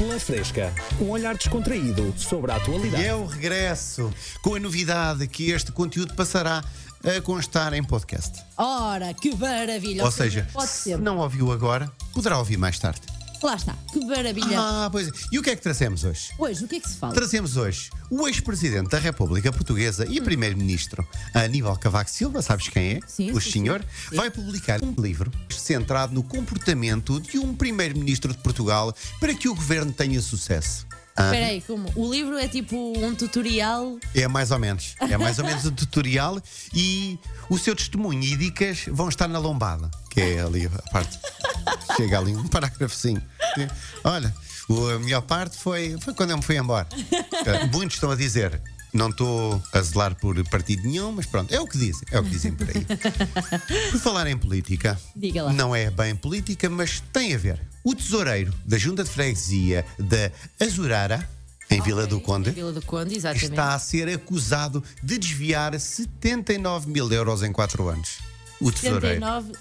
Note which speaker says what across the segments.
Speaker 1: Bola Fresca, um olhar descontraído sobre a atualidade.
Speaker 2: E é o regresso com a novidade que este conteúdo passará a constar em podcast.
Speaker 3: Ora, que maravilha!
Speaker 2: Ou seja,
Speaker 3: pode
Speaker 2: se
Speaker 3: ser.
Speaker 2: não ouviu agora, poderá ouvir mais tarde.
Speaker 3: Lá está, que maravilha!
Speaker 2: Ah, pois é. E o que é que trazemos hoje?
Speaker 3: Hoje, o que é que se fala?
Speaker 2: Trazemos hoje o ex-presidente da República Portuguesa
Speaker 3: Hum.
Speaker 2: e primeiro-ministro Aníbal Cavaco Silva, sabes quem é?
Speaker 3: Sim,
Speaker 2: o
Speaker 3: sim,
Speaker 2: senhor
Speaker 3: sim.
Speaker 2: vai publicar um livro centrado no comportamento de um primeiro-ministro de Portugal para que o governo tenha sucesso. Ah,
Speaker 3: Espera aí, como? O livro é tipo um tutorial.
Speaker 2: É mais ou menos. É mais ou menos o tutorial e o seu testemunho e dicas vão estar na lombada, que é ali a parte. Chega ali um parágrafozinho. Olha, o- a melhor parte foi, foi quando eu me fui embora. Eh, Muitos estão a dizer. Não estou a zelar por partido nenhum, mas pronto, é o que dizem, é o que dizem por aí. Por falar em política,
Speaker 3: Diga lá.
Speaker 2: não é bem política, mas tem a ver. O tesoureiro da Junta de Freguesia da Azurara, em Vila do Conde,
Speaker 3: Vila do Conde, exatamente.
Speaker 2: está a ser acusado de desviar 79 mil euros em 4 anos. O tesoureiro.
Speaker 3: 79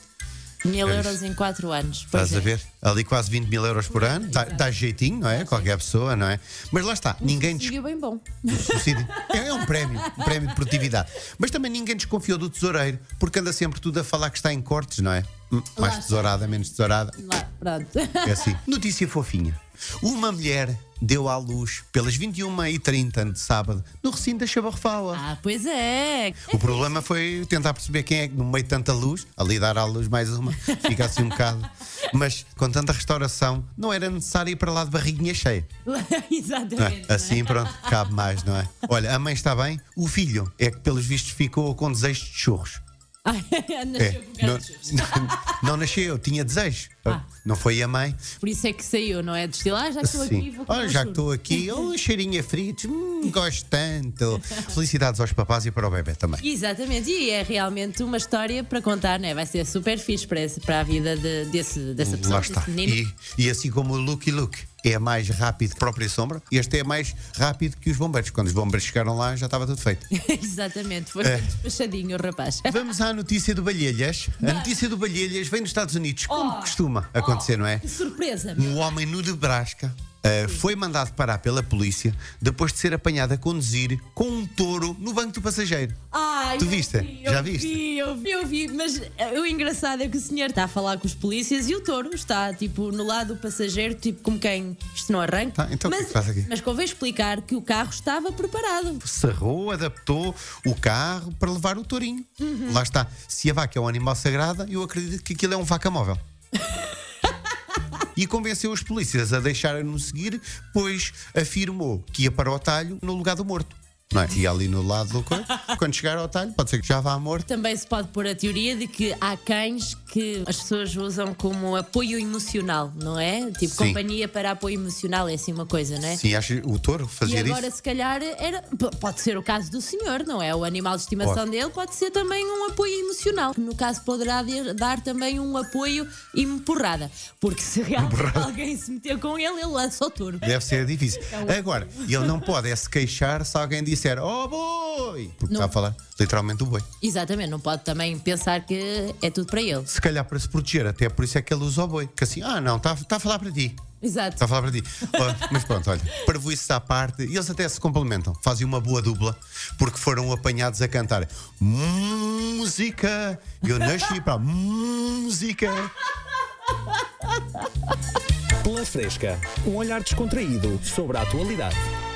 Speaker 2: É
Speaker 3: mil
Speaker 2: isso.
Speaker 3: euros em 4 anos. Pois
Speaker 2: Estás
Speaker 3: é.
Speaker 2: a ver? Ali quase 20 mil euros por ano. Dá, dá jeitinho, não é? Qualquer pessoa, não é? Mas lá está, ninguém
Speaker 3: Conseguiu bem bom.
Speaker 2: Subsídio. É, é um prémio, um prémio de produtividade. Mas também ninguém desconfiou do tesoureiro, porque anda sempre tudo a falar que está em cortes, não é? Hum, Mais
Speaker 3: está.
Speaker 2: tesourada, menos tesourada.
Speaker 3: Lá, pronto.
Speaker 2: É assim. Notícia fofinha. Uma mulher deu à luz pelas 21h30 de sábado no recinto da Chabarrofala.
Speaker 3: Ah, pois é.
Speaker 2: O problema foi tentar perceber quem é que, no meio de tanta luz, ali dar à luz mais uma, fica assim um bocado. Mas com tanta restauração, não era necessário ir para lá de barriguinha cheia. não é?
Speaker 3: Exatamente.
Speaker 2: Assim, pronto, cabe mais, não é? Olha, a mãe está bem, o filho é que, pelos vistos, ficou com desejo de churros.
Speaker 3: Ai,
Speaker 2: É,
Speaker 3: nasceu por causa
Speaker 2: não,
Speaker 3: dos churros.
Speaker 2: não nasceu, tinha desejo.
Speaker 3: Ah.
Speaker 2: Não foi a mãe.
Speaker 3: Por isso é que saiu, não é? De estilo, ah, já que estou aqui,
Speaker 2: Sim.
Speaker 3: vou comer
Speaker 2: Olha,
Speaker 3: um
Speaker 2: já que
Speaker 3: churro.
Speaker 2: estou aqui, oh, cheirinho a fritos, hum, gosto tanto. Felicidades aos papás e para o bebê também.
Speaker 3: Exatamente, e é realmente uma história para contar, não é? Vai ser super fixe para, esse- para a vida de- desse, dessa pessoa,
Speaker 2: Lá está.
Speaker 3: desse menino.
Speaker 2: E, e assim como o Lucky Luke é mais rápido que a própria sombra, este é mais rápido que os bombeiros. Quando os bombeiros chegaram lá, já estava tudo feito.
Speaker 3: Exatamente, foi
Speaker 2: É.
Speaker 3: despachadinho o rapaz.
Speaker 2: Vamos à notícia do Balhelhas. A notícia do Balhelhas vem dos Estados Unidos, como
Speaker 3: Oh,
Speaker 2: costuma acontecer, não é?
Speaker 3: Que surpresa! meu.
Speaker 2: Um homem no Nebraska ah, foi mandado parar pela polícia depois de ser apanhado a conduzir com um touro no banco do passageiro.
Speaker 3: Ai,
Speaker 2: Tu
Speaker 3: eu
Speaker 2: viste?
Speaker 3: vi, eu
Speaker 2: Já viste?
Speaker 3: Vi, eu vi, eu vi, mas eh, o engraçado é que o senhor está a falar com os polícias e o touro está, tipo, no lado do passageiro, tipo, como quem isto não arranca.
Speaker 2: Tá, então o que
Speaker 3: mas,
Speaker 2: é que faz aqui?
Speaker 3: mas convém explicar que o carro estava preparado.
Speaker 2: Serrou, adaptou o carro para levar o tourinho. Lá está. Se a vaca é um animal sagrado, eu acredito que aquilo é um vaca móvel. E convenceu os polícias a deixarem-no seguir, pois afirmou que ia para o talho no lugar do morto. Não é? E ali no lado do corpo, quando chegar ao talho, pode ser que já vá morto.
Speaker 3: Também se pode pôr a teoria de que há cães que as pessoas usam como apoio emocional, não é? Tipo,
Speaker 2: Sim.
Speaker 3: companhia para apoio emocional é assim uma coisa, não é?
Speaker 2: Sim, acho o touro
Speaker 3: E
Speaker 2: fazia
Speaker 3: agora,
Speaker 2: isso.
Speaker 3: se calhar, era- p- pode ser o caso do senhor, não é? O animal de estimação
Speaker 2: Pode.
Speaker 3: dele pode ser também um apoio emocional. No caso, poderá de- dar também um apoio e uma porrada. Porque se realmente alguém se meteu com ele, ele lança o touro.
Speaker 2: Deve ser difícil.
Speaker 3: É
Speaker 2: Agora, ele não pode é se queixar se alguém disser oh boi! Porque
Speaker 3: Não.
Speaker 2: está a falar literalmente do boi.
Speaker 3: Exatamente, não pode também pensar que é tudo para ele.
Speaker 2: Se calhar para se proteger, até por isso é que ele usa o boi. Que assim, ah não, está está a falar para ti.
Speaker 3: Exato.
Speaker 2: Está a falar para ti. Ó, mas pronto, olha, para isso à parte, e eles até se complementam, fazem uma boa dupla, porque foram apanhados a cantar música. Eu nasci para música.
Speaker 1: Bola Fresca, um olhar descontraído sobre a atualidade.